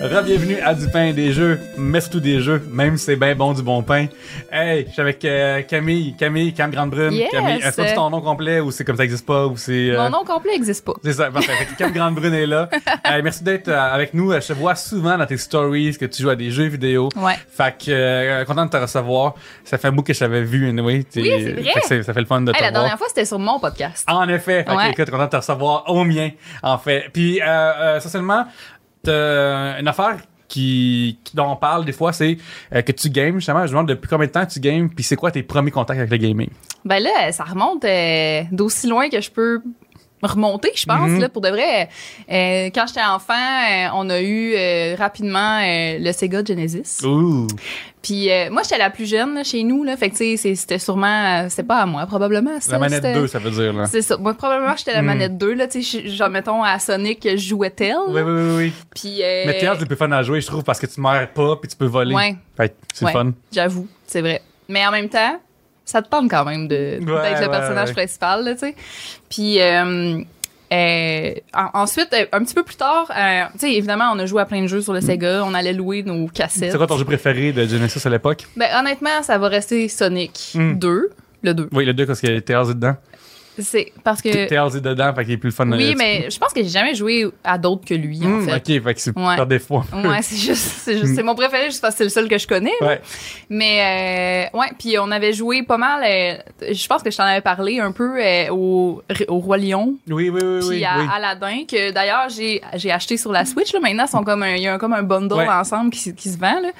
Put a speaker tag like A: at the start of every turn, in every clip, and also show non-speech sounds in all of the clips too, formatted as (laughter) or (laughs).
A: Re-bienvenue à Du pain et des jeux, mais surtout des jeux, même si c'est bien bon du bon pain. Hey, je suis avec euh, Camille, Camille, Cam Grande-Brune.
B: Yes.
A: Camille, est-ce que c'est ton nom complet ou c'est comme ça n'existe pas ou c'est. euh,
B: Mon nom complet n'existe pas.
A: C'est ça, parfait. Fait que Cam Grande-Brune est
B: (laughs)
A: là. Hey, merci d'être euh, avec nous. Je te vois souvent dans tes stories que tu joues à des jeux vidéo.
B: Ouais.
A: Fait que, euh, content de te recevoir. Ça fait un bout que je t'avais vu, anyway. T'es-
B: Oui, c'est vrai.
A: Fait que c'est- ça fait le Ah. fun de te
B: Hey, la
A: voir.
B: dernière fois, c'était sur mon podcast.
A: En effet. Fait que,
B: Ouais.
A: écoute, content de te recevoir au mien, en fait. Puis, euh, euh, essentiellement, t'as une affaire qui, qui- dont on parle des fois, c'est euh, que tu games, justement. Je me demande depuis combien de temps tu games, puis c'est quoi tes premiers contacts avec le gaming?
B: Ben là, ça remonte euh, d'aussi loin que je peux remonter, je pense.
A: Mhm.
B: là, pour de vrai, Euh, quand j'étais enfant, euh, on a eu euh, rapidement euh, le Sega Genesis.
A: Ouh!
B: Puis euh, moi, j'étais la plus jeune là, chez nous. Là, fait que tu sais, c'est- c'était sûrement... euh, C'était pas à moi, probablement. ça,
A: La manette
B: c'était-
A: 2, ça veut dire, là.
B: C'est ça. Moi, probablement, j'étais la
A: Mhm.
B: manette 2. Là, tu sais, je- genre, mettons, à Sonic, je jouais tel.
A: Oui, oui, oui, oui.
B: Puis, euh,
A: Mais théâtre, c'est le plus fun à jouer, je trouve, parce que tu meurs pas, puis tu peux voler.
B: Ouais.
A: Fait que c'est
B: Ouais,
A: le fun.
B: J'avoue, c'est vrai. Mais en même temps, ça te tente quand même de- d'être
A: Ouais, ouais,
B: le personnage
A: ouais.
B: principal, là, tu sais. Puis euh, euh, en- ensuite, euh, un petit peu plus tard, euh, tu sais, évidemment, on a joué à plein de jeux sur le Sega, on allait louer nos cassettes.
A: Mm. C'est quoi ton jeu préféré de Genesis à l'époque?
B: Ben, honnêtement, ça va rester Sonic
A: Hmm.
B: 2, le 2.
A: Oui, le 2, parce qu'il y a Théâtre est dedans.
B: C'est parce que...
A: Théâtre est dedans, fait qu'il est plus le fun.
B: Euh, Oui,
A: euh,
B: mais je pense que j'ai jamais joué à d'autres que lui,
A: tu-
B: en
A: Hmm,
B: fait.
A: Ok, fait que c'est
B: Ouais.
A: par défaut.
B: Ouais, c'est juste, c'est juste-
A: Mm.
B: c'est mon préféré juste parce que c'est le seul que je connais.
A: Ouais.
B: Mais euh, ouais, puis on avait joué pas mal. euh, je pense que je t'en avais parlé un peu euh, au, au Roi Lion,
A: Oui, oui, oui,
B: puis euh,
A: oui.
B: à
A: oui.
B: Aladdin, que d'ailleurs j'ai j'ai acheté sur la Switch. Là, maintenant, ils sont comme un- il y a un- comme un bundle
A: Ouais.
B: ensemble qui, s- qui se vend. Là.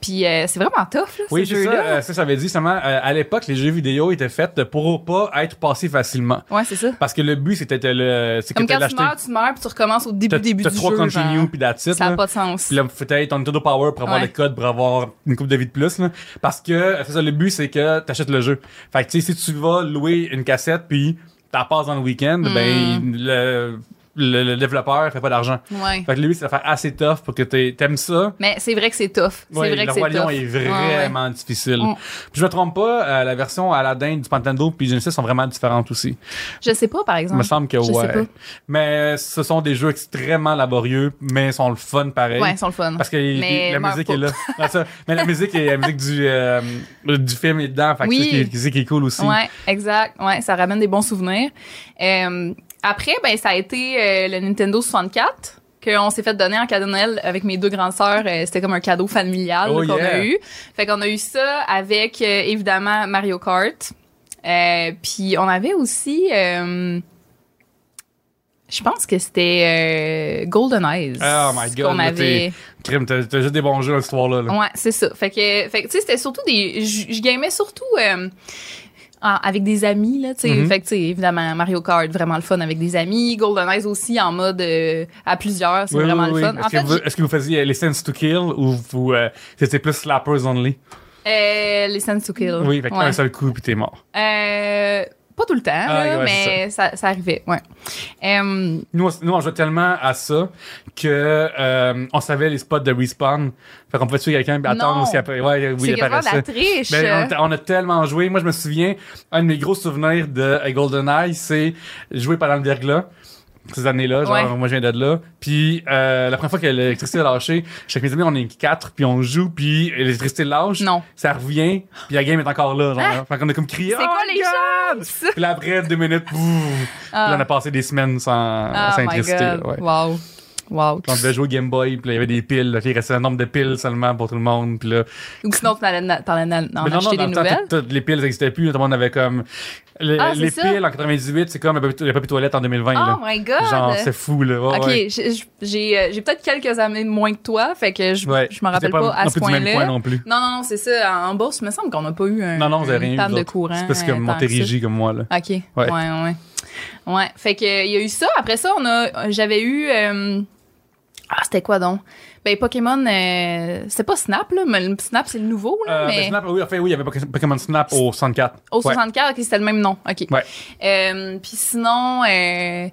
B: Puis euh, c'est vraiment tough, là,
A: Oui,
B: ce
A: c'est ça.
B: jeu-là.
A: euh, ça, j'avais dit seulement, euh, à l'époque, les jeux vidéo étaient faits pour pas être passés facilement.
B: Ouais, c'est ça.
A: Parce que le but, c'était de le. C'est que
B: Comme
A: t'as
B: quand tu
A: l'acheté.
B: meurs, tu meurs, puis tu recommences au début,
A: T'as
B: début
A: t'as
B: du
A: trois
B: jeu.
A: continues,
B: genre.
A: puis la titre.
B: ça n'a pas de sens.
A: Puis là, faut être ton Nintendo Power pour avoir
B: Ouais.
A: le code, pour avoir une coupe de vie de plus, là. Parce que, euh, c'est ça, le but, c'est que t'achètes le jeu. Fait que, tu sais, si tu vas louer une cassette, puis t'en passes dans le week-end,
B: Mm.
A: ben, le, le, le développeur fait pas d'argent.
B: Ouais.
A: Fait que le but, c'est de faire assez tough pour que t'aies- t'aimes ça.
B: Mais c'est vrai que c'est tough.
A: Ouais,
B: c'est vrai
A: le
B: que c'est
A: Roi Lion
B: tough.
A: est
B: Ouais, ouais.
A: vraiment difficile.
B: Mm.
A: Puis je me trompe pas, euh, la version Aladdin du Nintendo puis Genesis sont vraiment différentes aussi.
B: Je sais pas, par
A: Il
B: exemple.
A: me semble que
B: Je sais
A: ouais.
B: pas.
A: Mais euh, ce sont des jeux extrêmement laborieux, mais sont le fun pareil.
B: Ouais, ils sont le fun.
A: Parce que
B: Mais
A: la
B: meurs
A: musique
B: pas.
A: est là. Ah, ça. Mais la musique est la musique du, euh, du film est dedans. Fait que
B: Oui.
A: c'est ce qui est- c'est ce qui est cool aussi.
B: Ouais, exact. Ouais, ça ramène des bons souvenirs. Euh, après, ben ça a été euh, le Nintendo 64 qu'on s'est fait donner en cadeau de Noël avec mes deux grandes sœurs. Euh, C'était comme un cadeau familial
A: Oh,
B: là, qu'on
A: yeah.
B: a eu. Fait qu'on a eu ça avec euh, évidemment Mario Kart. Euh, Puis on avait aussi, euh, je pense que c'était euh, Golden Eyes.
A: Oh my God,
B: Qu'on
A: là,
B: avait.
A: Crime, t'as t'as juste des bons jeux dans cette histoire-là. là.
B: Ouais, c'est ça. Fait que, fait que, tu sais, c'était surtout des. Je je gamais surtout euh, en- avec des amis, là, tu sais.
A: Mhm.
B: Fait que, tu sais, évidemment, Mario Kart, vraiment le fun avec des amis. Golden Eyes aussi, en mode euh, à plusieurs, c'est
A: Oui,
B: vraiment
A: oui,
B: le
A: oui.
B: fun. En
A: Est-ce que,
B: fait,
A: vous- est-ce que vous faisiez les Sense to Kill ou vous, euh, c'était plus Slappers Only?
B: j'ai- euh, les Sense to Kill.
A: Oui, avec
B: Ouais.
A: un seul coup puis t'es mort.
B: Euh, pas tout le temps,
A: Ah,
B: là,
A: ouais,
B: mais ça. ça arrivait, ouais. Euh,
A: Nous, on, nous, on jouait tellement à ça que euh, on savait les spots de respawn. Fait qu'on pouvait tuer quelqu'un et attendre
B: Non.
A: aussi après. Ouais, oui,
B: c'est
A: il
B: quasiment de la
A: apparaissait.
B: triche. euh,
A: Ben, on t- on, a tellement joué. Moi, je me souviens, un de mes gros souvenirs de euh, GoldenEye, c'est jouer pendant le verglas. Ces années-là, genre,
B: Ouais.
A: moi, je viens d'être là. Puis, euh, la première fois que l'électricité a lâché, chaque mes amis, on est quatre, puis on joue, puis l'électricité lâche.
B: Non. Ah!
A: Ça revient, puis la game est encore là. Genre, Fait qu'on a comme crié.
B: C'est
A: Oh
B: quoi
A: my
B: les
A: God!
B: chances?
A: Puis là, après deux minutes, pouf,
B: Ah.
A: puis là, on a passé des semaines sans,
B: oh
A: sans
B: my
A: électricité.
B: God.
A: ouais.
B: Wow. Wow.
A: On devait jouer au Game Boy, puis là, il y avait des piles. là, puis il restait un nombre de piles seulement pour tout le monde. Puis là,
B: Ou sinon, t'en allais t'en allais en
A: mais non, non,
B: acheter
A: dans
B: des
A: le temps,
B: nouvelles.
A: tout- toutes les piles n'existaient plus. Tout le monde avait comme. le-
B: Ah, c'est
A: les
B: ça.
A: piles en 98, c'est comme le papier, le papier toilette en 2020. là.
B: Oh my God!
A: Genre, c'est fou, là. Ouais,
B: Ok,
A: ouais.
B: j'ai- j'ai euh, j'ai peut-être quelques années de moins que toi, fait que je,
A: Ouais.
B: je m'en rappelle
A: C'était
B: pas, à
A: non
B: ce
A: plus du même point
B: point-là.
A: non plus.
B: non, non, non, c'est ça. En, en bourse, il me semble qu'on n'a pas eu un,
A: Non, non, vous avez
B: une
A: rien eu.
B: panne
A: vous
B: de
A: autres.
B: courant.
A: C'est parce que
B: euh, tant que
A: Montérégie, comme moi, là.
B: ça. Ok, ouais, ouais. ouais. Ouais, fait que euh, il y a eu ça. Après ça, on a, j'avais eu, euh, ah c'était quoi donc Ben Pokémon, euh, c'est pas Snap là, mais le- Snap c'est le nouveau là,
A: Euh,
B: mais
A: mais Snap, oui, enfin, oui, il y avait Poké- Pokémon Snap au 64.
B: au
A: Ouais.
B: 64, ok, c'était le même nom. Ok.
A: Ouais.
B: Euh, Puis sinon, euh,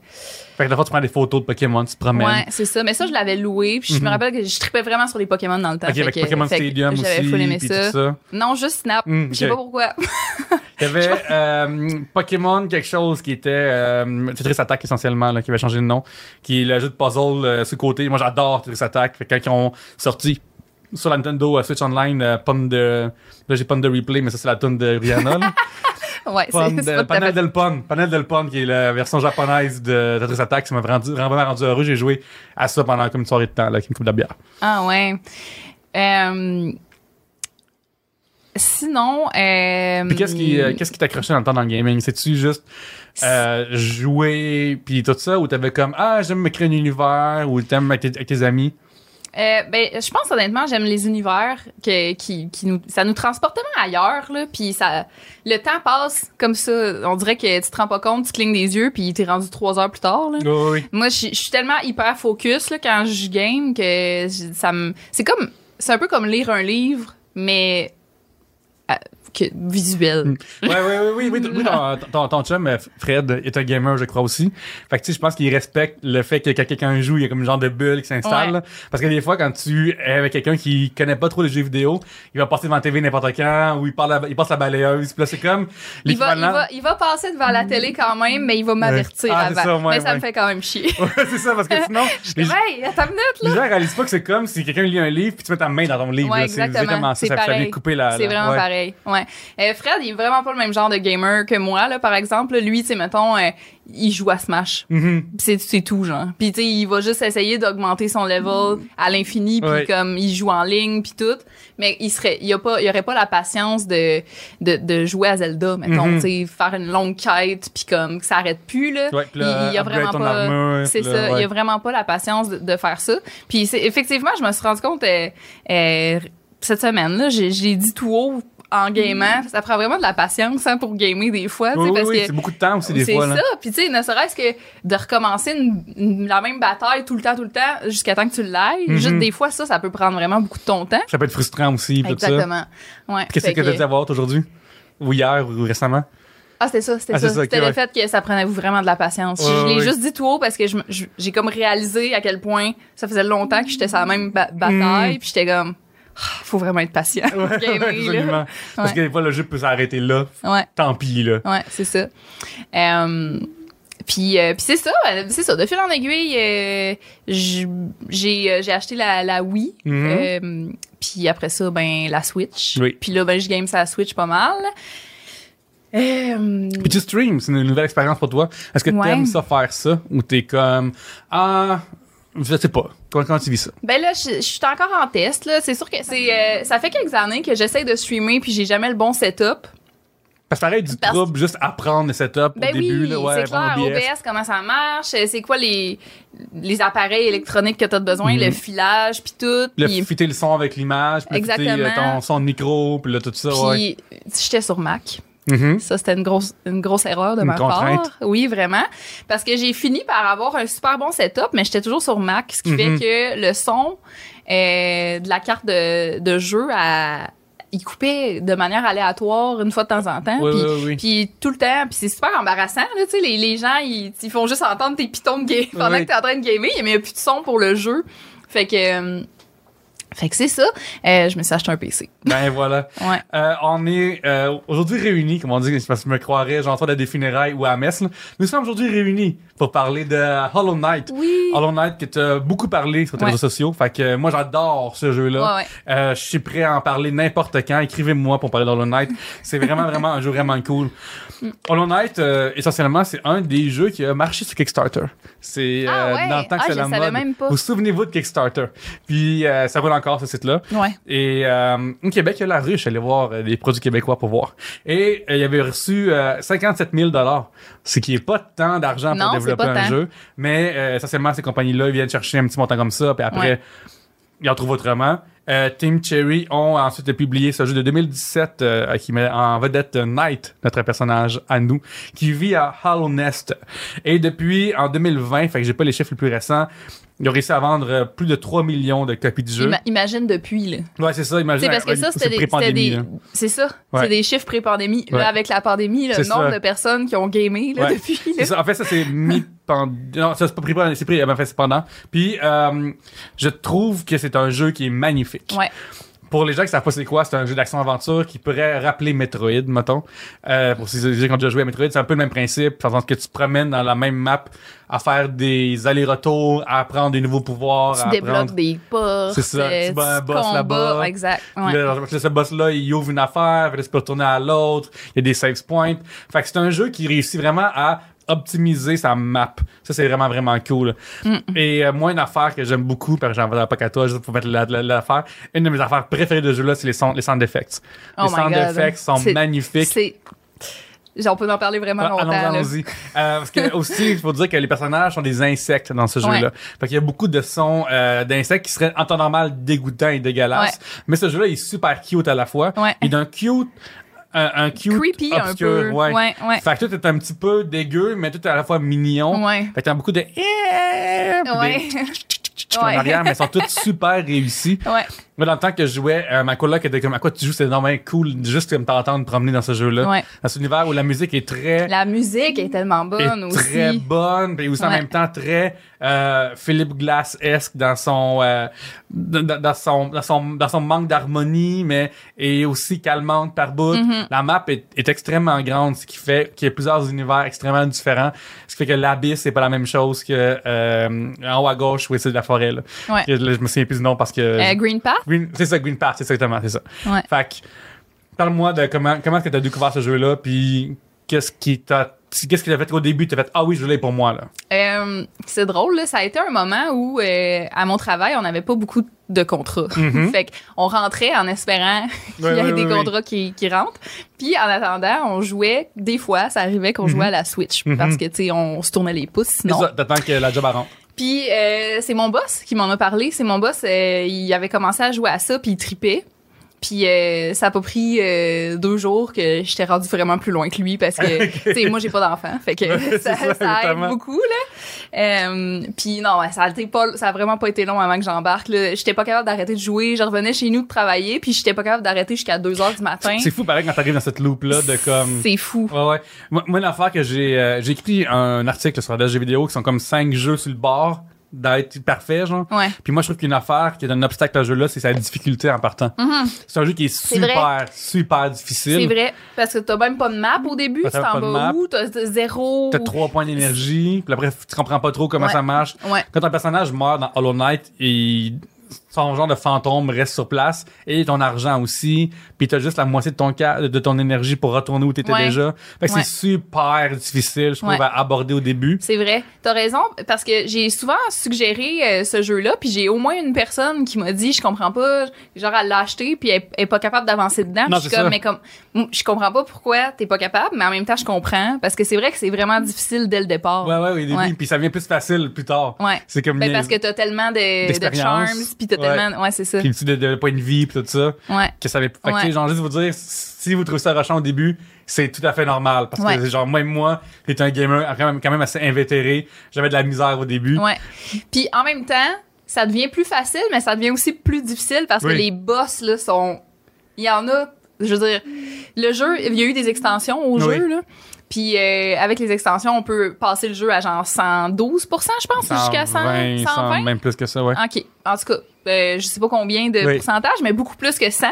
A: Fait que la fois, tu prends des photos de Pokémon, tu te promènes.
B: Ouais, c'est ça. Mais ça, je l'avais loué. Puis je
A: Mhm.
B: me rappelle que je tripais vraiment sur les Pokémon dans le temps.
A: Ok,
B: Fait
A: avec
B: que-
A: Pokémon
B: fait que
A: Stadium aussi.
B: J'avais full aimé
A: puis
B: ça.
A: Tout ça.
B: Non, juste Snap.
A: Mm,
B: Je sais
A: ok.
B: pas pourquoi. (laughs)
A: Il y avait euh, Pokémon quelque chose qui était euh, Tetris Attack essentiellement, là, qui va changer de nom, qui est le jeu de puzzle euh, sur le côté. Moi, j'adore Tetris Attack. Fait que quand ils ont sorti sur la Nintendo euh, Switch Online, euh, pomme de... Là, j'ai pomme de replay, mais ça, c'est la tune de Rihanna. là.
B: Ouais,
A: Pon
B: (laughs)
A: de-
B: c'est- c'est pas tout à
A: Panel
B: fait-
A: del Pon, Panel del Pon, qui est la version japonaise de Tetris Attack, ça m'a rendu, vraiment rendu heureux. J'ai joué à ça pendant comme une soirée de temps, là, avec une coupe de bière.
B: Ah ouais. Euh, Sinon, euh,
A: Puis qu'est-ce qui, euh, qu'est-ce qui t'accrochait dans le temps dans le gaming? C'est-tu juste euh, jouer puis tout ça, ou t'avais comme ah j'aime me créer un univers, ou t'aimes avec, tes- avec tes amis?
B: Euh, ben, je pense honnêtement, j'aime les univers que, qui, qui nous, ça nous transporte tellement ailleurs là, puis ça, le temps passe comme ça. On dirait que tu te rends pas compte, tu clignes des yeux, puis t'es rendu trois heures plus tard là.
A: Oui,
B: Moi, je je suis tellement hyper focus là, quand je game que je- ça me. C'est comme. C'est un peu comme lire un livre, mais. euh, que, visuel.
A: oui, oui, oui, oui, oui, (laughs) ton, ton, ton chum, euh, Fred, est un gamer, je crois aussi. Fait que, tu sais, je pense qu'il respecte le fait que quand quelqu'un joue, il y a comme une genre de bulle qui s'installe.
B: Ouais.
A: là. Parce que des fois, quand tu es avec quelqu'un qui connaît pas trop les jeux vidéo, il va passer devant la TV n'importe quand, ou il, parle la- il passe la balayeuse, puis là, c'est comme
B: Il va, il,
A: l'équivalent-
B: va, il va passer devant la télé quand même, mais il va m'avertir
A: Ah, c'est ça,
B: avant.
A: ouais,
B: mais ça
A: ouais.
B: me fait quand même chier.
A: (laughs) Ouais, c'est ça, parce que
B: (laughs)
A: sinon, (laughs) les,
B: hey, attends une minute,
A: les gens réalisent pas que c'est comme si quelqu'un lit un livre, puis tu mets ta main dans ton livre.
B: Ouais,
A: là. c'est
B: exactement.
A: exactement ça,
B: C'est
A: ça, ça vient
B: pareil.
A: couper la.
B: C'est
A: la-
B: vraiment
A: ouais.
B: pareil. Ouais. Euh, Fred, il est vraiment pas le même genre de gamer que moi, là, par exemple. Lui, tu sais, mettons, euh, il joue à Smash.
A: Mhm.
B: Pis c'est c'est tout genre puis tu sais il va juste essayer d'augmenter son level à l'infini puis
A: Ouais.
B: comme il joue en ligne puis tout mais il serait il y a pas il y aurait pas la patience de de, de jouer à Zelda mettons
A: Mhm.
B: tu sais faire une longue quête puis comme que ça arrête plus là
A: Ouais, puis là,
B: il, il y a
A: upgrade
B: vraiment
A: ton
B: pas
A: armure,
B: c'est
A: puis là,
B: ça il y
A: ouais.
B: a vraiment pas la patience de, de faire ça puis c'est- effectivement je me suis rendu compte euh, euh, cette semaine là j'ai j'ai dit tout haut en gamant ça prend vraiment de la patience hein, pour gamer des fois tu sais,
A: Mhm. Oui, oui,
B: parce
A: oui,
B: que
A: c'est beaucoup de temps aussi, des
B: c'est
A: fois. là.
B: ça. Puis tu sais, ne serait-ce que de recommencer une- une- la même bataille tout le temps, tout le temps, jusqu'à temps que tu l'ailles.
A: Mhm.
B: Juste des fois, ça, ça peut prendre vraiment beaucoup de ton temps.
A: Ça peut être frustrant aussi, puis tout ça.
B: Exactement. Ouais.
A: Qu'est-ce
B: Fait
A: que t'as dit à Walt aujourd'hui? Ou hier, ou
B: (laughs)
A: récemment?
B: Ah, c'était ça, c'était
A: Ah, c'est
B: ça.
A: ça, ok,
B: C'était
A: ouais.
B: le fait que ça prenait vraiment de la patience. Je-
A: Ouais,
B: je l'ai
A: ouais.
B: juste dit tout haut parce que je me- je- j'ai comme réalisé à quel point ça faisait longtemps que j'étais sur la même ba- bataille,
A: Mm.
B: puis j'étais comme. Ah, faut vraiment être patient. pour (laughs) gamer, là.
A: Absolument. Parce que des fois, le jeu peut s'arrêter là.
B: Ouais.
A: Tant pis, là.
B: Ouais, c'est ça. Euh, puis, euh, puis c'est ça, euh, c'est ça. De fil en aiguille, euh, j- j'ai euh, j'ai acheté la, la Wii.
A: Mhm.
B: euh, puis après ça, ben la Switch.
A: Oui.
B: Puis là, ben je game ça la Switch pas mal. Euh,
A: Puis tu streams, c'est une nouvelle expérience pour toi. Est-ce que
B: Ouais.
A: t'aimes ça faire ça? Ou t'es comme, ah, je sais pas. Comment, comment tu vis ça?
B: ben là, je je suis encore en test. là. C'est sûr que c'est, euh, ça fait quelques années que j'essaie de streamer puis j'ai jamais le bon setup.
A: Parce que pareil, du
B: Parce-
A: trouble, juste apprendre le setup
B: Ben
A: au début,
B: oui,
A: là, ouais,
B: c'est clair.
A: prendre OBS.
B: OBS, comment ça marche, euh, c'est quoi les, les appareils électroniques que tu as besoin,
A: Mhm.
B: le filage, puis tout.
A: Le
B: puis-
A: fitter le son avec l'image, puis fitter euh,
B: Exactement.
A: ton son de micro, puis là, tout ça, ouais.
B: Puis j'étais sur Mac.
A: Mhm.
B: Ça, c'était une grosse, une grosse erreur de
A: Une
B: ma
A: contrainte.
B: part. Oui, vraiment. Parce que j'ai fini par avoir un super bon setup, mais j'étais toujours sur Mac, ce qui
A: Mhm.
B: fait que le son euh, de la carte de, de jeu, à, il coupait de manière aléatoire une fois de temps en temps.
A: Oui,
B: puis,
A: oui, oui.
B: puis tout le temps, puis c'est super embarrassant. Là, tu sais, les, les gens, ils, ils font juste entendre tes pitons de game pendant
A: Oui.
B: que t'es en train de gamer, mais il n'y a plus de son pour le jeu. Fait que, euh, fait que c'est ça. Euh, je me suis acheté un PC.
A: Ben voilà.
B: Ouais.
A: Euh, on est euh, aujourd'hui réunis, comme on dit, parce que je me croirais, j'entends à des funérailles ou à Metz. là. Nous sommes aujourd'hui réunis pour parler de Hollow Knight.
B: Oui.
A: Hollow Knight que tu beaucoup parlé sur tes
B: Ouais.
A: réseaux sociaux. Fait que euh, moi j'adore ce jeu-là.
B: Ouais, ouais.
A: Euh, je suis prêt à en parler n'importe quand. Écrivez-moi pour parler d'Hollow Knight. C'est
B: (laughs)
A: vraiment vraiment un jeu vraiment cool. Hollow Knight euh, essentiellement c'est un des jeux qui a marché sur Kickstarter. C'est
B: Ah
A: euh,
B: ouais.
A: dans le temps que
B: Ah,
A: c'est
B: je
A: la
B: savais
A: mode.
B: même pas.
A: Vous souvenez-vous de Kickstarter Puis euh, ça roule encore ce site-là.
B: Ouais.
A: Et euh, au Québec, il y a la ruche, allez voir euh, des produits québécois pour voir. Et euh, il avait reçu euh, 57 000 ce qui est pas tant d'argent pour
B: Non, c'est
A: développer
B: pas
A: un
B: tant.
A: jeu. Mais euh, essentiellement, ces compagnies-là ils viennent chercher un petit montant comme ça, puis après,
B: Ouais.
A: ils en trouvent autrement. Euh, Team Cherry ont ensuite publié ce jeu de 2017 euh, qui met en vedette Knight, notre personnage à nous, qui vit à Hollow Nest. Et depuis en 2020, fait que j'ai pas les chiffres les plus récents, ils ont réussi à vendre euh, plus de 3 millions de copies du jeu.
B: Ima- imagine depuis, là.
A: Ouais, c'est ça,
B: Tu sais,
A: imagine.
B: parce que ça, c'était des, c'était
A: pré-pandémie,
B: des-
A: là.
B: C'est ça.
A: Ouais.
B: C'est des chiffres pré-pandémie. Là,
A: Ouais.
B: avec la pandémie, le
A: C'est
B: nombre
A: ça.
B: de personnes qui ont gamé, là,
A: Ouais.
B: depuis.
A: C'est
B: là.
A: ça, en fait, ça, c'est mi-pandémie. Non, ça, c'est pas pré-pandémie, c'est pré- enfin, c'est pendant. Puis, euh, je trouve que c'est un jeu qui est magnifique.
B: Ouais.
A: Pour les gens qui savent pas c'est quoi, c'est un jeu d'action-aventure qui pourrait rappeler Metroid, mettons. Euh, pour ceux qui ont déjà joué à Metroid, c'est un peu le même principe, dans le sens que tu te promènes dans la même map à faire des allers-retours, à apprendre des nouveaux pouvoirs,
B: Tu
A: à
B: débloques
A: apprendre...
B: des portes.
A: C'est ça,
B: euh,
A: tu bats un boss
B: combats,
A: là-bas.
B: Exact.
A: Puis
B: Ouais.
A: là, parce que ce boss-là, il ouvre une affaire, puis là, tu peux retourner à l'autre, il y a des save points. Fait que c'est un jeu qui réussit vraiment à optimiser sa map. Ça, c'est vraiment, vraiment cool. Et euh, moi, une affaire que j'aime beaucoup, parce que j'en vais pas qu'à toi, juste pour mettre la- la- l'affaire, une de mes affaires préférées de jeu-là, c'est les, sound- les sound effects.
B: Oh
A: les
B: my
A: sound
B: God.
A: effects sont
B: C'est-
A: magnifiques.
B: C'est. Genre, on peut en parler vraiment
A: Ah,
B: longtemps. là.
A: Allons-y. Euh, parce que aussi, il faut dire que les personnages sont des insectes dans ce jeu-là.
B: Ouais.
A: Fait qu'il y a beaucoup de sons euh, d'insectes qui seraient en temps normal dégoûtants et dégueulasses. Mais ce jeu-là il est super cute à la fois.
B: Ouais.
A: Et d'un cute, un, un cute
B: Creepy un
A: obscur,
B: peu.
A: Ouais.
B: Ouais, ouais.
A: Fait que tout est un petit peu dégueu, mais tout est à la fois mignon.
B: Ouais.
A: Fait que t'as beaucoup de puis (laughs) des
B: Ouais.
A: en
B: Ouais.
A: arrière, mais elles sont toutes super réussies.
B: ouais.
A: Moi, dans le temps que je jouais, euh, ma coloc était comme, à quoi tu joues, c'est vraiment cool, juste comme t'entendre promener dans ce jeu-là.
B: Ouais.
A: Dans cet univers où la musique est très
B: La musique est tellement bonne
A: est
B: aussi.
A: très bonne, puis aussi en
B: Ouais.
A: même temps très euh, Philippe Glass-esque dans son, euh, dans, dans son, dans son, dans son manque d'harmonie, mais et aussi calmante par bout.
B: Mm-hmm.
A: La map est, est extrêmement grande, ce qui fait qu'il y a plusieurs univers extrêmement différents, ce qui fait que l'abysse c'est pas la même chose que euh, en haut à gauche, oui, c'est de la forêt. Là.
B: Ouais.
A: Que là, je me souviens plus du nom parce que
B: Euh, Green Path?
A: Green- c'est ça, Green Path, c'est exactement, c'est ça.
B: Ouais.
A: Fait que, parle-moi de comment, comment est-ce que t'as découvert ce jeu-là, puis qu'est-ce qui t'a, qu'est-ce qui t'a fait au début, t'as fait, ah oui, je l'ai pour moi, là.
B: Euh, c'est drôle, là, ça a été un moment où, euh, à mon travail, on n'avait pas beaucoup de contrats. (laughs)
A: Mhm.
B: fait qu'on rentrait en espérant (laughs) qu'il y
A: Mm-hmm. Ouais,
B: ait
A: ouais,
B: des
A: ouais,
B: contrats qui, qui rentrent. Puis, en attendant, on jouait, des fois, ça arrivait qu'on jouait à la Switch
A: Mhm.
B: parce que, tu sais, on se tournait les pouces
A: C'est
B: sinon.
A: ça, t'attends que la job arrête.
B: Puis, euh, c'est mon boss qui m'en a parlé. C'est mon boss, euh, il avait commencé à jouer à ça, puis il tripait. Puis euh, ça a pas pris euh, deux jours que j'étais rendue vraiment plus loin que lui
A: (laughs)
B: parce que tu sais moi j'ai pas d'enfant fait que
A: Ouais,
B: (laughs)
A: c'est ça,
B: ça, ça aide
A: exactement.
B: beaucoup là. Euh, puis non ouais, ça a été pas ça a vraiment pas été long avant que j'embarque là. J'étais pas capable d'arrêter de jouer. Je revenais chez nous de travailler puis j'étais pas capable d'arrêter jusqu'à 2 heures du matin.
A: C'est fou, pareil, quand t'arrives dans cette loupe-là de comme...
B: C'est fou.
A: Ouais, ouais. Moi, moi, l'affaire que j'ai, euh, j'ai écrit un article sur la jeux vidéo qui sont comme cinq jeux sur le bord d'être parfait, genre.
B: Ouais.
A: Puis moi, je trouve qu'une affaire qui est un obstacle à ce jeu-là, c'est sa difficulté en partant. C'est un jeu qui est
B: C'est vrai.
A: super, super difficile.
B: C'est vrai parce que t'as même pas de map au début.
A: T'as
B: Tu t'en
A: pas de map.
B: vas où T'as zéro.
A: T'as trois points d'énergie, puis après, tu comprends pas trop comment
B: Ouais.
A: ça marche.
B: Ouais.
A: Quand un personnage meurt dans Hollow Knight, et son genre de fantôme reste sur place, et ton argent aussi, puis t'as juste la moitié de ton, ca- de ton énergie pour retourner où t'étais
B: Ouais.
A: déjà. Fait que
B: Ouais.
A: c'est super difficile, je trouve,
B: Ouais.
A: à aborder au début.
B: C'est vrai, t'as raison, parce que j'ai souvent suggéré euh, ce jeu-là, puis j'ai au moins une personne qui m'a dit, je comprends pas, genre elle l'a acheté, puis elle, elle est pas capable d'avancer dedans.
A: Non,
B: Puis je
A: c'est
B: suis comme,
A: ça.
B: mais comme, m- je comprends pas pourquoi t'es pas capable, mais en même temps je comprends, parce que c'est vrai que c'est vraiment difficile dès le départ.
A: Ouais, ouais, au début,
B: Oh. Ouais.
A: puis ça devient plus facile plus tard.
B: Ouais.
A: C'est comme
B: Ben,
A: les-
B: parce que t'as tellement de, de
A: D'expérience.
B: charms, puis t'as
A: Ouais.
B: tellement, ouais c'est ça,
A: puis le petit de, de point de vie, puis tout ça.
B: ouais.
A: que ça avait fait que,
B: Ouais.
A: tu sais, genre juste vous dire si vous trouvez ça rushant au début c'est tout à fait normal parce que
B: Ouais.
A: genre même moi j'étais un gamer quand même, quand même assez invétéré j'avais de la misère au début
B: Ouais. Puis en même temps, ça devient plus facile, mais ça devient aussi plus difficile parce que
A: Oui.
B: les boss, là, sont. Il y en a. Je veux dire, le jeu, il y a eu des extensions au
A: Oui.
B: jeu, là. Puis euh, avec les extensions, on peut passer le jeu à genre 112 je pense, jusqu'à 100,
A: 120,
B: 120.
A: même plus que ça ouais
B: OK. En tout cas, euh, je sais pas combien de
A: Oui.
B: pourcentage, mais beaucoup plus que 100.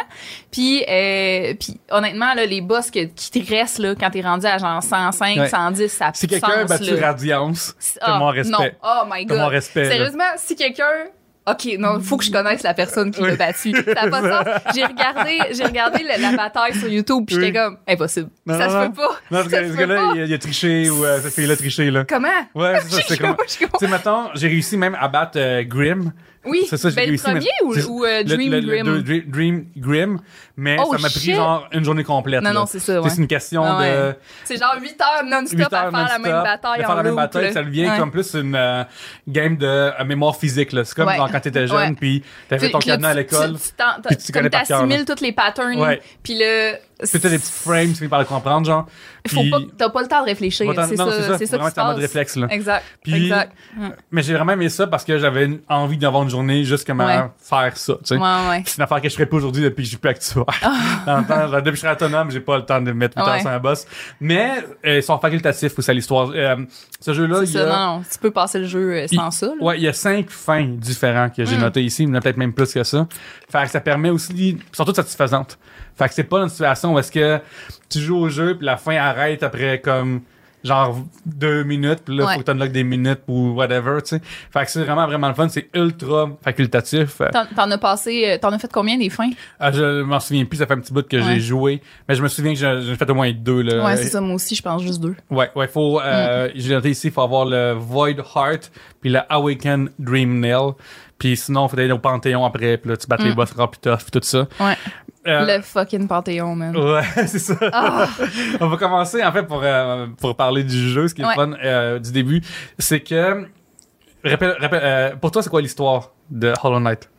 B: Puis, euh, puis honnêtement, là, les boss que- qui te restent là, quand t'es rendu à genre 105,
A: Ouais.
B: 110, ça a
A: si
B: plus de
A: quelqu'un a
B: sens,
A: battu
B: là.
A: Radiance t'as
B: Ah,
A: mon respect
B: Non. Oh my
A: T'as
B: god.
A: mon respect, là.
B: Sérieusement, si quelqu'un OK, non, faut que je connaisse la personne qui l'a
A: Oui.
B: battu. Ça n'a
A: (laughs)
B: pas de sens. J'ai regardé, j'ai regardé la, la bataille sur YouTube, puis j'étais
A: Oui.
B: comme impossible.
A: Non,
B: ça
A: non,
B: se
A: non.
B: peut pas.
A: non parce
B: ça
A: que
B: se
A: ce
B: peut
A: gars-là
B: pas.
A: il, il a triché ou euh, cette fille-là a triché là
B: Comment
A: ouais c'est ça
B: (laughs) Je
A: c'est comme
B: je comprends.
A: tu sais mettons j'ai réussi même à battre euh, Grim
B: Oui,
A: C'est ça, j'ai
B: ben, le
A: réussi, mais-
B: premier ou,
A: c'est-
B: ou, euh,
A: Le-
B: Dream
A: le- le
B: Grim?
A: deux- Dream, Dream Grim mais
B: Oh,
A: ça m'a pris
B: shit.
A: genre une journée complète
B: Non,
A: là.
B: non, c'est ça, ouais.
A: c'est une question
B: Ah,
A: de
B: ouais. C'est genre 8 heures non-stop
A: 8
B: à
A: heures
B: faire la même
A: non-stop,
B: bataille
A: de
B: en
A: faire la même
B: loop,
A: bataille,
B: là.
A: ça devient
B: Ouais.
A: comme plus une euh, game de euh, mémoire physique. là. C'est comme
B: Ouais.
A: genre quand t'étais jeune,
B: Ouais.
A: puis t'avais fait ton
B: Puis là,
A: cadenas à
B: tu-
A: l'école.
B: tu- tu t'en-
A: puis tu
B: comme
A: connais par cœur,
B: t'assimiles tous les patterns,
A: Ouais.
B: puis là...
A: Puis t'as des petits frames, tu finis par le comprendre, genre.
B: Faut
A: Puis-
B: pas, t'as pas le temps de réfléchir,
A: Bon, t'en-
B: c'est
A: non,
B: ça, c'est ça
A: Faut vraiment
B: qui se
A: être en mode
B: passe.
A: réflexe, là.
B: Exact,
A: Puis-
B: exact.
A: Mais j'ai vraiment aimé ça parce que j'avais une- envie d'avoir une journée juste comment
B: Ouais.
A: faire ça. tu sais.
B: Ouais, ouais.
A: C'est une affaire que je ferais pas aujourd'hui depuis que je suis plus actuaire. (laughs) Dans le temps, genre, depuis que je suis autonome, j'ai pas le temps de mettre 8
B: Ouais.
A: heures sur un boss. Mais euh, ils sont facultatifs aussi à l'histoire. Euh, ce jeu-là,
B: C'est
A: il y
B: ça,
A: a...
B: non, non, tu peux passer le jeu euh, sans ça. là.
A: Ouais, il y a cinq fins différentes que j'ai
B: Mm.
A: notées ici. Il y en a peut-être même plus que ça. Fait que ça permet aussi, elles sont toutes satisfaisantes. Fait que c'est pas une situation où est-ce que tu joues au jeu puis la fin arrête après comme genre deux minutes puis là
B: Ouais.
A: faut que t'unlock des minutes ou whatever, tu sais. Fait que c'est vraiment vraiment le fun. C'est ultra facultatif.
B: T'en t'en as passé, euh, t'en as fait combien des fins?
A: Ah, je m'en souviens plus, ça fait un petit bout que
B: Ouais.
A: j'ai joué, mais je me souviens que j'en j'en ai fait au moins deux. Là.
B: ouais, c'est ça, moi aussi, je pense juste deux.
A: Ouais, ouais, faut,
B: Mm.
A: euh, j'ai noté ici, il faut avoir le Void Heart, puis le Awaken Dream Nail, puis sinon, faut aller au Panthéon après, puis là, tu battes les
B: Mm.
A: boss rapides, puis tout ça.
B: Ouais.
A: Euh,
B: Le fucking Panthéon, man.
A: Ouais, (laughs) c'est ça.
B: Ah,
A: On va commencer, en fait, pour, euh, pour parler du jeu, ce qui est
B: Ouais.
A: fun euh, du début, c'est que, rappelle, rappelle, euh, pour toi, c'est quoi l'histoire de Hollow Knight?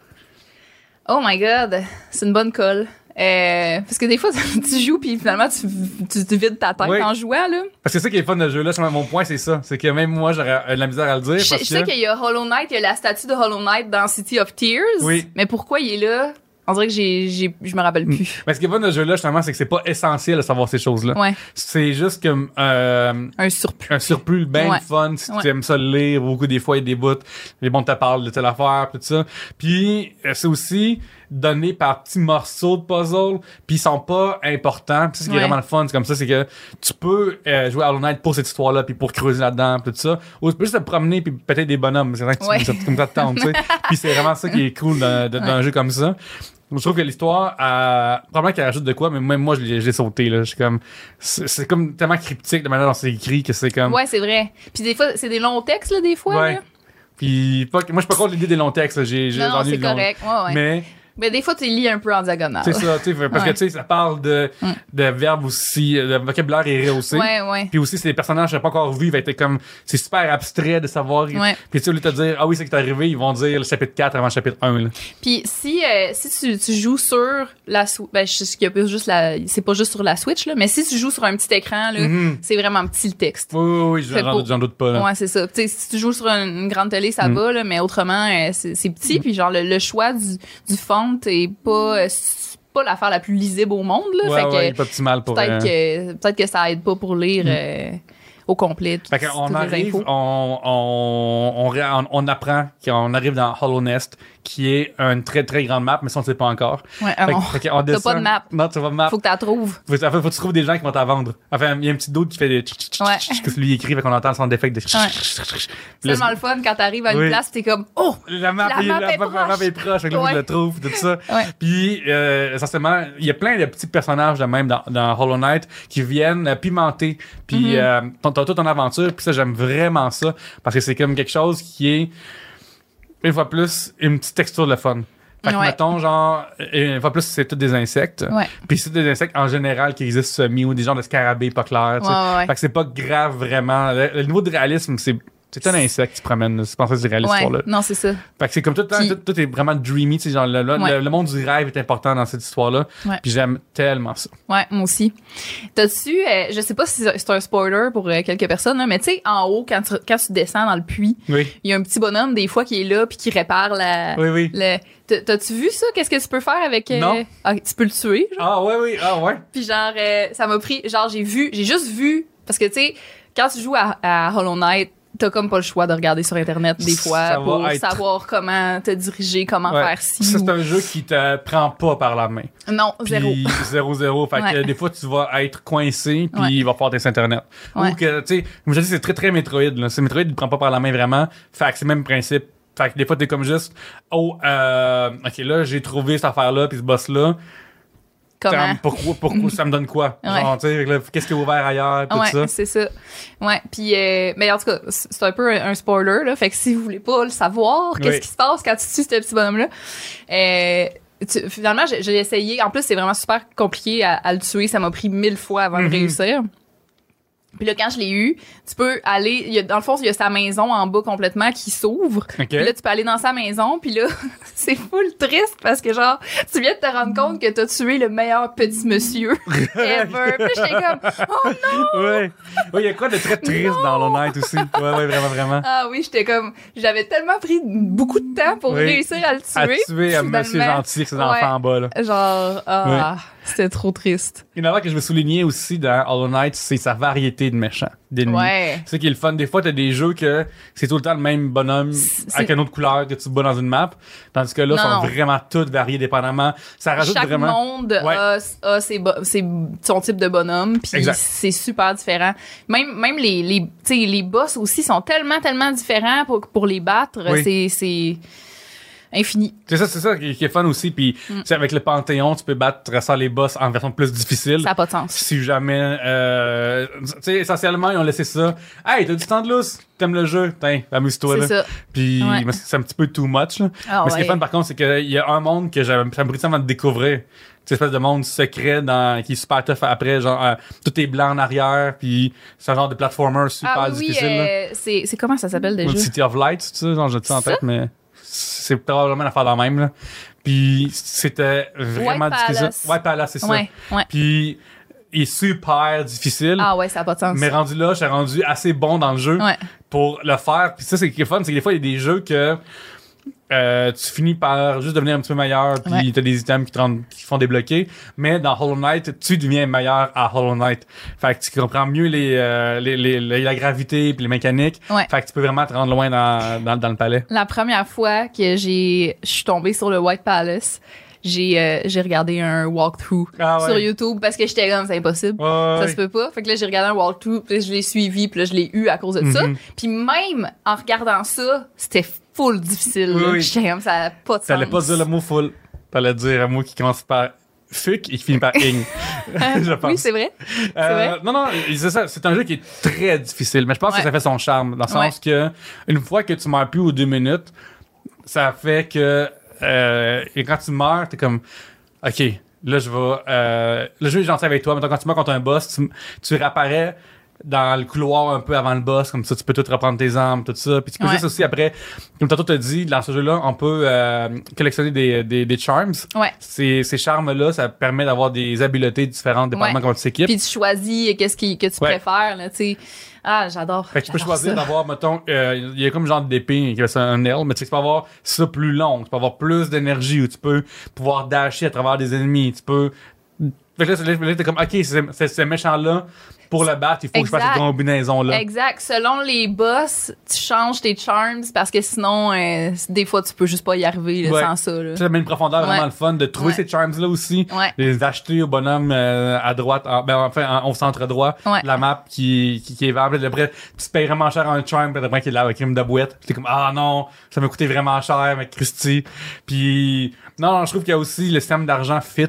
B: oh my god, c'est une bonne colle. Euh, parce que des fois, (laughs) tu joues, puis finalement, tu, tu, tu vides ta tête
A: Oui.
B: en jouant, là.
A: Parce que c'est ça qui est le fun de ce jeu-là, c'est- mon point, c'est ça. C'est que même moi, j'aurais euh, de la misère à le dire.
B: Je,
A: parce
B: je sais qu'il y a Hollow Knight, il y a la statue de Hollow Knight dans City of Tears.
A: Oui. Mm.
B: Mais pourquoi il est là? On dirait que j'ai, j'ai, je me rappelle plus.
A: Mais ce qui est bon de ce jeu-là, justement, c'est que c'est pas essentiel de savoir ces choses-là.
B: Ouais,
A: C'est juste comme euh,
B: un surplus.
A: un surplus bien
B: Ouais.
A: fun si
B: Ouais.
A: tu aimes ça le lire. Beaucoup des fois, il y a des bouts, les bons te parlent de telle affaire, pis tout ça. Puis euh, c'est aussi donné par petits morceaux de puzzle, puis ils sont pas importants. Puis c'est ce qui
B: Ouais.
A: est vraiment le fun, c'est comme ça, c'est que tu peux euh, jouer à Hollow Knight pour cette histoire-là, puis pour creuser là-dedans, pis tout ça. Ou tu peux juste te promener, puis peut-être des bonhommes. C'est vrai que tu,
B: Ouais.
A: ça te- comme ça te tente,
B: (laughs)
A: tu sais. Puis c'est vraiment ça qui est cool d'un d'un- d'un jeu comme ça. Je trouve que l'histoire, euh, probablement qu'elle rajoute de quoi, mais même moi, je l'ai je l'ai sauté. Là. Je suis comme, c'est c'est comme tellement cryptique de manière dont c'est écrit que c'est comme.
B: Ouais, c'est vrai. Puis des fois, c'est des longs textes, là, des fois.
A: Ouais.
B: là.
A: Puis, pas que- moi, je suis pas contre l'idée des longs textes. là. J'ai j'ai-
B: Non, non,
A: j'en ai
B: c'est
A: des longs-
B: correct. Ouais, ouais. Mais...
A: Mais
B: des fois, tu lis un peu en diagonale.
A: c'est ça, tu sais, parce
B: Ouais.
A: que tu sais, ça parle de,
B: Mm.
A: de verbes aussi, le vocabulaire est rehaussé.
B: Ouais, ouais.
A: Puis aussi, c'est des personnages que j'ai pas encore vus, ils vont être comme, c'est super abstrait de savoir.
B: Ouais.
A: Puis tu sais, au lieu de te dire, ah oui, c'est que t'es arrivé, ils vont dire le chapitre 4 avant le chapitre 1. Là.
B: Puis si euh, si tu, tu joues sur la Swi- ben je sais qu'il y a pas juste la c'est pas juste sur la Switch là, mais si tu joues sur un petit écran là,
A: Mhm.
B: c'est vraiment petit le texte.
A: Oui, oui, oui,
B: Fait
A: j'en
B: pour-
A: j'en doute pas. Là.
B: Ouais, c'est ça. Tu sais, si tu joues sur une, une grande télé, ça
A: Mm.
B: va là, mais autrement euh, c'est c'est petit puis genre le, le choix du du font est pas euh, c'est pas l'affaire la plus lisible au monde là,
A: Ouais,
B: fait que
A: ouais, pas petit mal pour euh, Mhm.
B: peut-être que peut-être que ça aide pas pour lire euh, au complet tout,
A: Fait qu'on
B: toutes les
A: arrive,
B: infos.
A: on, on, on, ré- on, on apprend qu'on arrive dans Hollow Nest, qui est une très très grande map, mais ça on ne sait pas encore.
B: Ouais, ah
A: Fait que-
B: non.
A: fait qu'on descend-
B: pas de map.
A: Non, t'as pas de map.
B: Faut que tu la trouves.
A: Faut, en fait, faut que tu trouves des gens qui vont t'en vendre. Enfin, il y a un petit doute qui fait des tch, tch, tch, (laughs)
B: Ouais.
A: tch, que lui écrit, fait qu'on entend son défect de tch, tch,
B: Ouais.
A: tch, tch, (laughs) tch.
B: C'est
A: Puis là,
B: tellement le fun quand t'arrives à une
A: Oui.
B: place, t'es comme oh
A: la map,
B: La
A: est,
B: map
A: la
B: est
A: map- la map est proche, fait que là,
B: Ouais.
A: on le trouve, tout ça.
B: (laughs) Ouais.
A: Puis, euh, essentiellement, il y a plein de petits personnages de même dans, dans Hollow Knight qui viennent euh, pimenter. Puis,
B: Mhm.
A: euh, ton- t'as toute ton aventure, puis ça, j'aime vraiment ça, parce que c'est comme quelque chose qui est, une fois plus, une petite texture de fun. Fait que,
B: Ouais.
A: mettons, genre, euh, une fois plus, c'est tous des insectes.
B: ouais
A: Puis c'est des insectes en général qui existent semi ou des genres de scarabées pas clairs. tu sais.
B: Ouais, ouais, ouais.
A: Fait que c'est pas grave vraiment. Le, le niveau de réalisme, c'est. C'est un insecte qui se promène. C'est pas ça que c'est réaliste
B: ouais
A: pour là.
B: non c'est ça
A: Fait que c'est comme tout le temps,
B: Puis-
A: tout, tout est vraiment dreamy. tu sais, genre, le, le-
B: Ouais.
A: le- le monde du rêve est important dans cette histoire-là.
B: Ouais.
A: Puis j'aime tellement ça.
B: Ouais, moi aussi. T'as-tu, euh, je sais pas si c'est un spoiler pour euh, quelques personnes, là, mais tu sais, en haut, quand tu, quand tu descends dans le puits,
A: Oui.
B: il y a un petit bonhomme des fois qui est là puis qui répare la.
A: Oui, oui.
B: Euh, le- t'as- T'as-tu vu ça? Qu'est-ce que tu peux faire avec. euh,
A: Non.
B: ah, tu peux le tuer, genre.
A: Ah, ouais, oui. Ah, ouais.
B: Puis genre, euh, ça m'a pris. Genre, j'ai vu, j'ai juste vu. Parce que tu sais, quand tu joues à, à Hollow Knight, t'as comme pas le choix de regarder sur Internet des fois
A: Ça va
B: pour
A: être-
B: savoir comment te diriger, comment
A: Ouais.
B: faire ci.
A: Ça,
B: ou-
A: c'est un jeu qui te prend pas par la main.
B: Non,
A: Puis
B: zéro.
A: (laughs) zéro, zéro. Fait que
B: Ouais.
A: des fois, tu vas être coincé, puis
B: Ouais.
A: il va falloir tester Internet.
B: Ouais.
A: Ou que, tu sais, comme je dis, c'est très, très Metroid. Là. C'est Metroid, il te prend pas par la main vraiment. Fait que c'est le même principe. Fait que des fois, t'es comme juste, oh, euh, ok, là, j'ai trouvé cette affaire-là, puis ce boss-là. Ça
B: Comment?
A: me- pourquoi,
B: (laughs)
A: pourquoi, ça me donne quoi?
B: Ouais.
A: Genre, tu sais, fait que là, qu'est-ce qui est ouvert ailleurs, puis tout ça.
B: Ouais, c'est ça. Ouais, puis euh, mais en tout cas, c'est c'est un peu un, un spoiler là, fait que si vous voulez pas le savoir, qu'est-ce
A: Oui.
B: qui se passe quand tu tues ce petit bonhomme là euh, tu- finalement, j'ai j'ai essayé. En plus, c'est vraiment super compliqué à, à le tuer. Ça m'a pris mille fois avant
A: Mhm.
B: de réussir. Puis là, quand je l'ai eu, tu peux aller. il y a- dans le fond, il y a sa maison en bas complètement qui s'ouvre.
A: OK.
B: Puis là, tu peux aller dans sa maison. Puis là, (laughs) c'est full triste parce que, genre, tu viens de te rendre compte que t'as tué le meilleur
A: (laughs)
B: petit monsieur ever. Puis j'étais comme, oh non!
A: Ouais. Ouais, il y a quoi de très triste dans Hollow Knight aussi. Ouais, ouais, vraiment, vraiment.
B: Ah oui, j'étais comme, j'avais tellement pris beaucoup de temps pour
A: Oui.
B: réussir à le
A: À
B: tuer.
A: tuer à
B: finalement.
A: Monsieur Gentil avec ses enfants
B: Ouais.
A: en bas, là.
B: Genre, ah, c'était trop triste.
A: Une affaire que je veux souligner aussi dans Hollow Knight, c'est sa variété de méchants, d'ennemis.
B: Ouais.
A: C'est ça qui est le fun. Des fois, t'as des jeux que c'est tout le temps le même bonhomme
B: C'est-
A: avec une autre couleur que tu bats dans une map. Tandis que là, ils
B: Non,
A: sont
B: non.
A: vraiment toutes variées dépendamment. Ça rajoute
B: Chaque
A: vraiment.
B: monde a, a ses bo- ses- son type de bonhomme, puis
A: Exact.
B: c'est super différent. Même, même les, les, tu sais, les boss aussi sont tellement, tellement différents pour, pour les battre.
A: Oui.
B: C'est, c'est infini.
A: C'est ça, c'est ça qui qui est fun aussi. Puis,
B: Mm.
A: tu sais, avec le Panthéon, tu peux battre sans les boss en version plus difficile.
B: Ça n'a pas de sens.
A: Si jamais, euh, tu sais, essentiellement, ils ont laissé ça. Hey, t'as du temps de lousse? T'aimes le jeu? Tiens, amuse-toi, là.
B: C'est ça.
A: Puis,
B: Ouais.
A: mais c'est un petit peu too much, là.
B: Ah
A: mais ce qui est
B: ouais.
A: fun, par contre, c'est qu'il y a un monde que j'avais- ça me prit avant de découvrir. Cette espèce de monde secret dans, qui est super tough après, genre, euh, tout est blanc en arrière, puis c'est un genre de platformer super
B: Ah oui,
A: difficile, là.
B: euh, c'est, c'est comment ça s'appelle
A: Ou
B: déjà?
A: City of Light, tu sais, genre, je dis en
B: Ça?
A: tête, mais c'est probablement l'affaire dans la même, là. Puis c'était vraiment
B: White
A: difficile.
B: Palace.
A: White Palace, c'est
B: Ouais,
A: ça.
B: ouais.
A: Puis il est super difficile.
B: Ah ouais, ça n'a pas de sens.
A: Mais rendu là, j'ai rendu assez bon dans le jeu
B: Ouais.
A: pour le faire. Puis ça, c'est ce qui est fun, c'est que des fois, il y a des jeux que euh, tu finis par juste devenir un petit peu meilleur, puis
B: Ouais.
A: t'as des items qui te, rendent- qui te font débloquer. Mais dans Hollow Knight, tu deviens meilleur à Hollow Knight. Fait que tu comprends mieux les, euh, les, les- les- la gravité puis les mécaniques.
B: Ouais.
A: Fait que tu peux vraiment te rendre loin dans, dans, dans le palais.
B: La première fois que j'ai, je suis tombée sur le White Palace, j'ai, euh, j'ai regardé un walkthrough
A: Ah ouais.
B: sur YouTube parce que j'étais comme, c'est impossible.
A: Ouais,
B: Ça
A: ouais.
B: se peut pas. Fait que là, j'ai regardé un walkthrough, puis là, je l'ai suivi, puis là, je l'ai eu à cause de ça.
A: Mhm.
B: Puis même en regardant ça, c'était full difficile. là.
A: Oui, oui.
B: J'étais comme, ça a pas de
A: T'allais
B: sens.
A: pas dire le mot full. T'allais dire un mot qui commence par fuck et qui finit par
B: (laughs)
A: ing. je pense.
B: Oui, c'est vrai.
A: Euh,
B: vrai?
A: non, non, c'est ça. C'est un jeu qui est très difficile, mais je pense
B: Ouais.
A: que ça fait son charme, dans le sens que une fois que tu meurs plus aux deux minutes, ça fait que euh, et quand tu meurs, t'es comme OK, là je vais. euh, le jeu est gentil avec toi, mais quand tu meurs contre un boss, tu, tu réapparais dans le couloir un peu avant le boss, comme ça tu peux tout reprendre tes armes, tout ça. Puis tu peux
B: Ouais.
A: juste aussi après, comme tantôt t'as dit, dans ce jeu-là, on peut euh, collectionner des, des, des charms.
B: Ouais.
A: Ces, ces charmes-là, ça permet d'avoir des habiletés différentes, dépendamment
B: Ouais.
A: comment tu t'équipes.
B: Puis tu choisis qu'est-ce qui, que tu
A: Ouais.
B: préfères, là, tu sais. Ah, j'adore.
A: Fait que tu peux
B: j'adore
A: choisir
B: ça.
A: d'avoir, mettons, euh, il y a comme genre d'épée hein, qui c'est un aile, mais tu sais, tu peux avoir ça plus long, tu peux avoir plus d'énergie, ou tu peux pouvoir dasher à travers des ennemis, tu peux. Fait que là, c'est- là, t'es comme, ok, c'est- c'est ce méchant-là, pour le battre, il faut que je fasse
B: Exact.
A: cette combinaison-là.
B: Exact. Selon les boss, tu changes tes charms parce que sinon, euh, des fois, tu peux juste pas y arriver là,
A: Ouais.
B: sans ça. Là.
A: Ça met une profondeur vraiment
B: Ouais.
A: le fun de trouver
B: Ouais.
A: ces charms-là aussi,
B: Ouais.
A: les acheter au bonhomme euh, à droite, en- ben, enfin, en- au centre droit,
B: Ouais.
A: de la map qui, qui, qui est valable. Après, tu payes vraiment cher un charm, puis après, qu'il est là avec une de boîte. Puis t'es comme, ah non, ça m'a coûté vraiment cher avec Christy. Puis, non, non, je trouve qu'il y a aussi le système d'argent fit.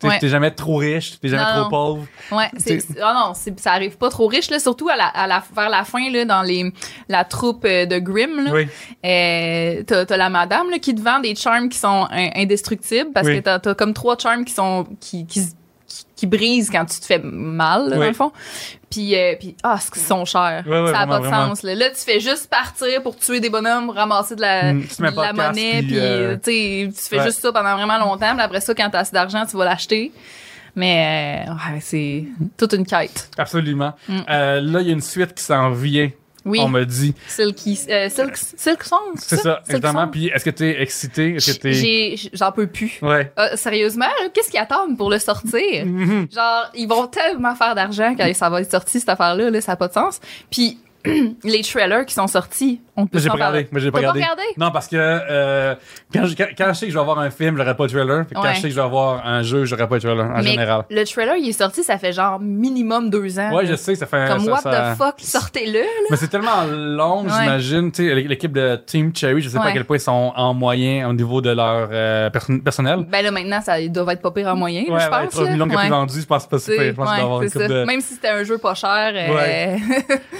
A: Tu sais,
B: Ouais.
A: t'es jamais trop riche, t'es jamais
B: Non,
A: trop
B: non.
A: pauvre.
B: Ouais, c'est,
A: T'sais-
B: c'est- ah non, c'est- ça arrive pas trop riche là, surtout à la, à la vers la fin là dans les la troupe euh, de Grimm là.
A: Oui.
B: Euh, t'as, t'as la madame là, qui te vend des charms qui sont in- indestructibles parce
A: Oui.
B: que t'as, t'as comme trois charms qui sont qui qui, s- qui- qui brisent quand tu te fais mal là,
A: Oui.
B: dans le fond. Puis euh, puis ah, ce qu'ils sont chers.
A: Ouais, ouais,
B: ça a
A: vraiment,
B: pas de
A: vraiment.
B: sens là. Là, tu fais juste partir pour tuer des bonhommes, ramasser de la
A: Mm, tu mets
B: de
A: pas
B: la
A: de casque,
B: monnaie
A: puis,
B: puis
A: euh,
B: tu sais, tu fais
A: ouais.
B: juste ça pendant vraiment longtemps, puis après ça quand t'as assez d'argent, tu vas l'acheter. Mais euh, ouais, c'est toute une quête.
A: Absolument. Euh, là, il y a une suite qui s'en vient.
B: Mm. Oui,
A: On me dit.
B: Silky, euh, Silk, Silk Song.
A: C'est ça,
B: Silk
A: exactement.
B: Song?
A: Puis, est-ce que t'es excité? Est-ce que t'es.
B: J'ai- j'ai- J'en peux plus.
A: Ouais.
B: Ah, sérieusement, là, qu'est-ce qu'ils attendent pour
A: (laughs)
B: le sortir?
A: Mhm.
B: Genre, ils vont tellement faire d'argent quand ça va être sorti, cette affaire-là, là, ça n'a pas de sens. Puis, (clears throat) les trailers qui sont sortis, on peut
A: Moi, j'ai
B: s'en
A: pas regardé.
B: parler.
A: Moi, j'ai pas
B: T'as pas
A: regardé.
B: regardé?
A: Non, parce que euh, quand, je, quand, quand je sais que je vais avoir un film, j'aurai pas de trailer. Puis Quand
B: Ouais.
A: je sais que je vais avoir un jeu, j'aurai pas de trailer en
B: Mais
A: général.
B: Le trailer, il est sorti, ça fait genre minimum deux ans.
A: Ouais, je sais, ça fait.
B: Euh, Comme,
A: ça,
B: what
A: ça-
B: the fuck, sortez-le, là.
A: Mais c'est tellement long,
B: Ouais.
A: j'imagine. Tu sais, l'équipe de Team Cherry, je sais pas à
B: Ouais.
A: quel point ils sont en moyen au niveau de leur euh, perso- personnel.
B: Ben là, maintenant, ça doit être pas pire en moyen, là,
A: ouais,
B: je
A: ouais,
B: pense.
A: 3
B: là.
A: millions qui a
B: Ouais.
A: plus vendu, je pense que c'est pas si pire.
B: C'est-
A: Je pense qu'il
B: ouais,
A: doit avoir une
B: c'est
A: coupe
B: ça.
A: de.
B: Même si c'était un jeu pas cher, euh,
A: Ouais.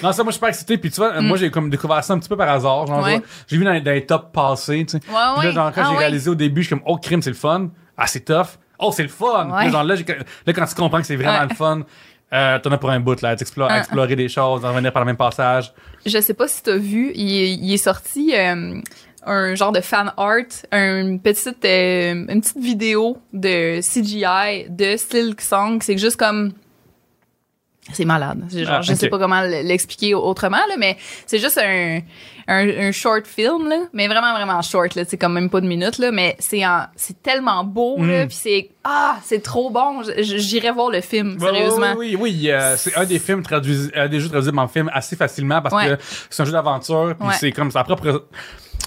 A: Non, ça, moi, je suis pas excité. Puis tu vois, moi, j'ai comme découvert ça un petit peu par hasard. Genre,
B: Mm. Ouais.
A: genre, J'ai vu dans, les- dans les tops passés, tu sais.
B: (laughs) Ouais,
A: Puis là,
B: ouais.
A: genre, quand
B: Ah,
A: j'ai
B: ouais.
A: réalisé au début, je suis comme, oh, crime, c'est le fun. Ah, c'est tough. Oh, c'est le fun. Puis là,
B: Ouais.
A: genre, là, j'ai- là, quand tu comprends que c'est vraiment
B: Ouais.
A: le fun, euh, t'en as pour un bout, là, à t'explo- à
B: Ah.
A: explorer des choses, à revenir par le même passage.
B: Je sais pas si t'as vu, il est, il est sorti euh, un genre de fan art, une petite, euh, une petite vidéo de CGI de Silk Song. C'est juste comme. C'est malade. C'est genre,
A: Ah,
B: Je sais
A: ok.
B: pas comment l- l'expliquer autrement, là, mais c'est juste un, un, un short film, là, mais vraiment, vraiment short. là, C'est comme même pas de minute, là, mais c'est en- c'est tellement beau. là,
A: Mm.
B: Puis c'est. Ah, c'est trop bon. J- J'irai voir le film,
A: Ouais,
B: (laughs) sérieusement.
A: Oui, oui, oui, euh, c'est un des films traduis, euh, des jeux traduisibles en film assez facilement parce
B: Ouais.
A: que c'est un jeu d'aventure puis
B: Ouais.
A: c'est comme sa propre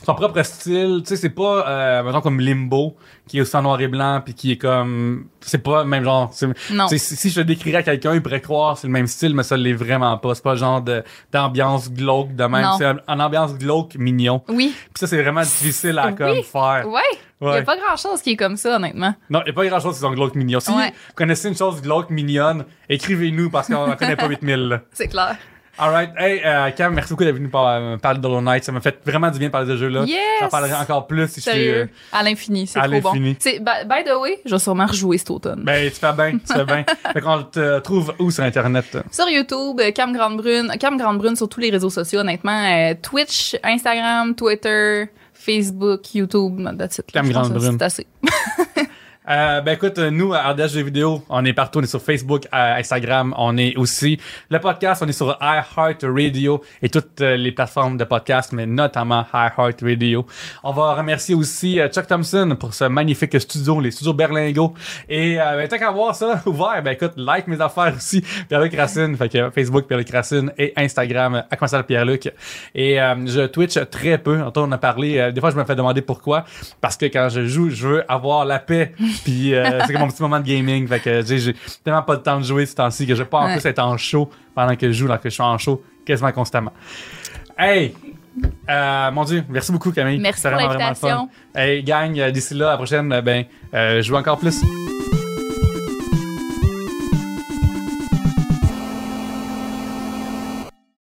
A: son propre style, tu sais c'est pas euh, mettons comme Limbo qui est aussi en noir et blanc puis qui est comme c'est pas le même genre. c'est-
B: Non.
A: tu sais, Si, si je le décrirais à quelqu'un, il pourrait croire que c'est le même style mais ça l'est vraiment pas, c'est pas le genre de d'ambiance glauque de même,
B: Non.
A: c'est un- une ambiance glauque mignon.
B: Oui.
A: Puis ça c'est vraiment difficile à
B: Oui.
A: comme faire.
B: Ouais. Il y
A: Ouais.
B: a pas grand chose qui est comme ça, honnêtement.
A: Non, il n'y a pas grand chose qui sont glauques mignons. Si
B: Ouais.
A: vous connaissez une chose glauque mignonne, écrivez-nous parce qu'on en connaît pas 8000. là.
B: C'est clair.
A: Alright, hey euh, Cam, merci beaucoup d'être venu par- me parler de Hollow Knight. Ça m'a fait vraiment du bien de parler de ce jeu-là.
B: Yes!
A: J'en parlerai encore plus si je
B: Sérieux.
A: suis. euh,
B: À l'infini, c'est
A: à
B: trop bon.
A: l'infini.
B: C'est- by, by the way, je vais sûrement rejouer cet automne.
A: Ben, tu fais bien, tu fais
B: (laughs)
A: bien. fait qu'on te trouve où sur Internet?
B: Sur YouTube, euh, Cam Grande Brune, Cam Grande Brune sur tous les réseaux sociaux, honnêtement, euh, Twitch, Instagram, Twitter, Facebook, YouTube, non, that's it.
A: Cam
B: Je pense
A: Grande
B: que
A: Brune.
B: C'est assez.
A: Euh, ben écoute, euh, nous, à Ardèche Jeux Vidéo, on est partout. On est sur Facebook, à Instagram. On est aussi le podcast. On est sur iHeartRadio et toutes euh, les plateformes de podcast, mais notamment iHeartRadio. On va remercier aussi euh, Chuck Thompson pour ce magnifique studio, les studios Berlingo. Et euh, ben, tant qu'à voir ça (laughs) ouvert, ben écoute, like mes affaires aussi. Pierre-Luc Racine, fait que Facebook Pierre-Luc Racine et Instagram euh, à commencer par Pierre-Luc. Et euh, je Twitch très peu. Antoine on a parlé. euh, des fois, je me fais demander pourquoi. Parce que quand je joue, je veux avoir la
B: (laughs)
A: paix. Puis euh, c'est comme mon petit moment de gaming. Fait que euh, j'ai j'ai tellement pas de temps de jouer ce temps-ci que je vais pas en
B: Ouais.
A: plus être en show pendant que je joue, alors que je suis en show quasiment constamment. Hey! Euh, mon Dieu, merci beaucoup Camille.
B: Merci
A: C'était
B: pour
A: vraiment, vraiment le fun.
B: l'invitation.
A: Hey gang, euh, d'ici là, à la prochaine, euh, ben, euh, je joue encore plus.